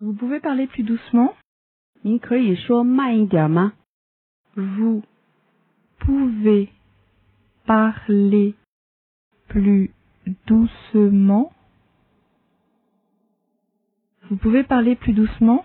Vous pouvez parler plus doucement 您可以说慢一点吗？ Vous pouvez parler plus doucement Vous pouvez parler plus doucement